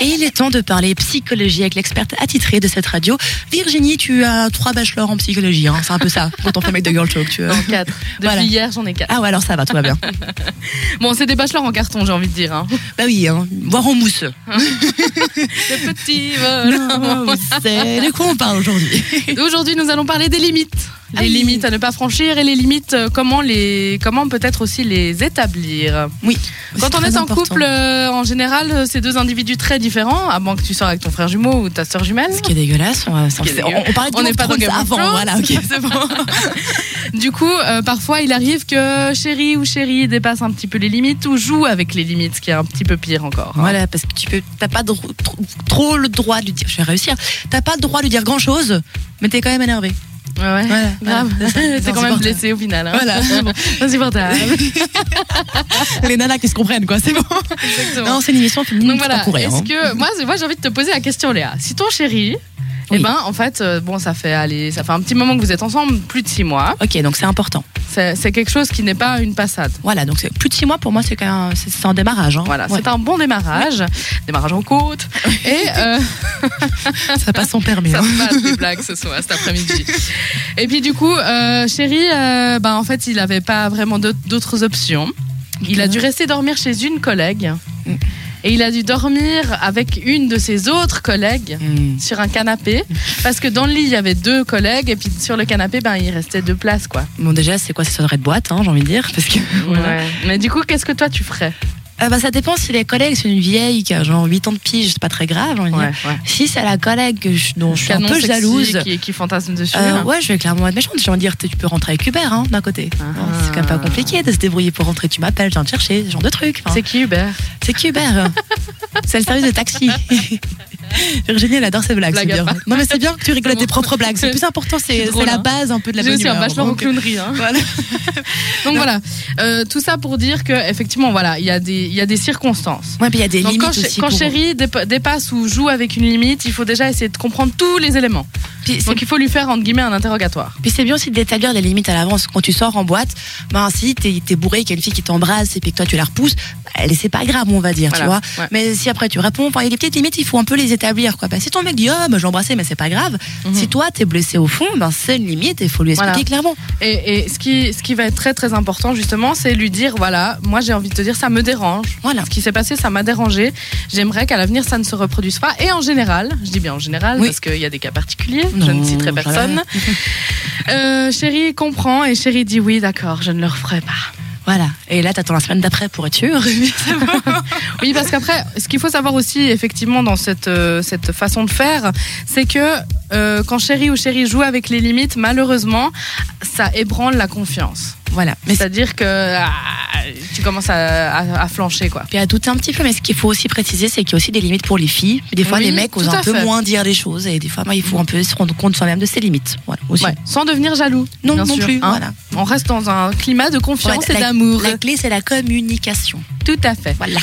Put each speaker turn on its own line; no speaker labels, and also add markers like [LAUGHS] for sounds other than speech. Et il est temps de parler psychologie avec l'experte attitrée de cette radio. Virginie, tu as trois bachelors en psychologie, hein, c'est un peu [LAUGHS] ça, quand on fait mec de Girl Talk, tu vois.
En
[LAUGHS]
quatre. Depuis
Voilà.
hier, j'en ai quatre.
Ah ouais, alors ça va, tout va bien.
Bon, c'est des bachelors en carton, j'ai envie de dire. hein.
Bah oui, hein, voire en [LAUGHS] mousse.
Le petit vol.
Non, c'est de quoi on parle aujourd'hui
Aujourd'hui, nous allons parler des limites.
Ah
Les
oui.
limites à ne pas franchir et les limites, euh, comment, les, comment peut-être aussi les établir.
Oui.
Quand on
très
est en
important.
couple, euh, en général, euh, c'est deux individus très différents, à moins que tu sors avec ton frère jumeau ou ta soeur jumelle.
Ce qui est dégueulasse, on, va-
qui est
on- on parlait de
On n'est
Game
pas
of
dans Game
Thrones
of
avant,
Thrones.
voilà, ok.
C'est bon. du coup, euh, parfois, il arrive que chéri ou chérie dépasse un petit peu les limites ou joue avec les limites, ce qui est un petit peu pire encore. hein.
Voilà, parce que tu peux, t'as pas dro- tro- trop le droit de lui dire, je vais réussir, t'as pas le droit de lui dire grand chose, mais t'es quand même énervé.
Ouais, ouais.
Voilà,
grave. [LAUGHS]
voilà, c'est ça,
T'es quand
c'est
même
insupportable.
blessé au final. Hein.
Voilà.
[LAUGHS]
[LAUGHS]
Insupportable.
Les nanas qui se comprennent, quoi, c'est bon.
Exactement.
Non, c'est une émission féminine,
Donc
c'est
voilà,
pas pour rien,
est-ce
hein.
que moi, c'est- moi j'ai envie de te poser la question Léa. Si ton chéri, eh
Oui.
ben en fait, euh, bon ça fait allez, ça fait un petit moment que vous êtes ensemble, plus de six mois.
Ok, donc c'est important.
C'est c'est quelque chose qui n'est pas une passade.
Voilà, donc c'est- plus de six mois pour moi, c'est quand même- c'est c'est un démarrage. hein.
Voilà,
Ouais.
c'est un bon démarrage, démarrage en côte. Et euh,
ça passe sans permis.
[LAUGHS] ça
hein.
me passe des blagues ce soir, cet après-midi. Et puis du coup, euh, chéri, euh, ben en fait, il n'avait pas vraiment d'aut- d'autres options. Il a dû rester dormir chez une collègue.
Mm.
Et il a dû dormir avec une de ses autres collègues
Hmm.
sur un canapé. Parce que dans le lit, il y avait deux collègues. Et puis sur le canapé, ben, il restait deux places, quoi.
Bon, déjà, c'est quoi ces sonneries de boîte, hein, j'ai envie de dire parce que, voilà.
Mais du coup, qu'est-ce que toi, tu ferais
Euh, bah, Ça dépend si les collègues, c'est une vieille qui a genre 8 ans de pige, c'est pas très grave. j'ai envie de dire. Si c'est la collègue que je- dont je suis un
Canon
peu
sexy
jalouse.
Qui, qui fantasme dessus.
euh,
hein.
ouais, je vais clairement être méchante. J'ai envie de dire, tu peux rentrer avec Hubert, hein, d'un côté.
Ah.
Bon, C'est quand même pas compliqué de se débrouiller pour rentrer. Tu m'appelles, je viens te chercher, ce genre de truc. Enfin,
C'est qui Hubert
C'est qui Hubert C'est le service de taxi. Virginie, elle adore ses blagues.
Blague
c'est bien.
à part.
Non, mais c'est bien que tu rigoles à tes propres blagues. C'est le plus important,
Je suis
c'est c'est
drôle,
la
hein.
base un peu de la
J'ai
bonne
aussi un
humeur,
bachelor en
donc.
clownerie. hein. [LAUGHS]
Voilà.
Donc voilà, Euh, tout ça pour dire que effectivement, voilà, il y, a des- il y a des circonstances.
Ouais, puis il y a des
Donc
limites
quand, ch-
aussi.
quand
pour-
chéri dépa- dépasse ou joue avec une limite, il faut déjà essayer de comprendre tous les éléments.
Puis c'est
Donc il faut lui faire entre guillemets un interrogatoire.
Puis c'est bien aussi d'établir des limites à l'avance. Quand tu sors en boîte, ben si t'es es bourré, qu'il y a une fille qui t'embrasse et puis que toi tu la repousses, elle c'est pas grave, on va dire, tu vois.
Voilà. Ouais.
Mais si après tu réponds, enfin il y a des petites limites, il faut un peu les établir, quoi. Ben, si ton mec dit, oh, ben, j'ai embrassé, mais c'est pas grave.
Mhm.
Si toi t'es blessé au fond, ben c'est une limite et il faut lui expliquer
Voilà.
clairement.
Et, et ce, qui, ce qui va être très très important justement, c'est lui dire voilà, moi j'ai envie de te dire ça me dérange.
Voilà.
Ce qui s'est passé, ça m'a dérangé. J'aimerais qu'à l'avenir, ça ne se reproduise pas. Et en général, je dis bien en général,
Oui.
parce qu'il y a des cas particuliers, je
Non,
ne citerai
jamais. [LAUGHS]
personne. Euh, chérie comprend et chérie dit oui, d'accord, je ne le referai pas.
Voilà. Et là t'attends la semaine d'après pour être
[LAUGHS]
sûr.
Oui, parce qu'après, ce qu'il faut savoir aussi, effectivement, dans cette, euh, cette façon de faire, c'est que euh, quand chéri ou chérie joue avec les limites, malheureusement, ça ébranle la confiance.
voilà. Mais
C'est-à-dire que ah, tu commences à, à- à flancher, quoi.
Puis à douter un petit peu, mais ce qu'il faut aussi préciser, c'est qu'il y a aussi des limites pour les filles. Des fois,
Oui,
les mecs
tout
osent
à
un peu
fait. Mm.
moins dire les choses, et des fois, moi, il faut un peu se rendre compte soi-même de ses limites. Voilà, aussi.
Ouais. Sans devenir jaloux.
Non,
bien
non
sûr,
plus.
hein.
Voilà.
On reste dans un climat de confiance
Ouais,
et
la-
d'amour.
La clé, c'est la communication.
Tout à fait.
Voilà.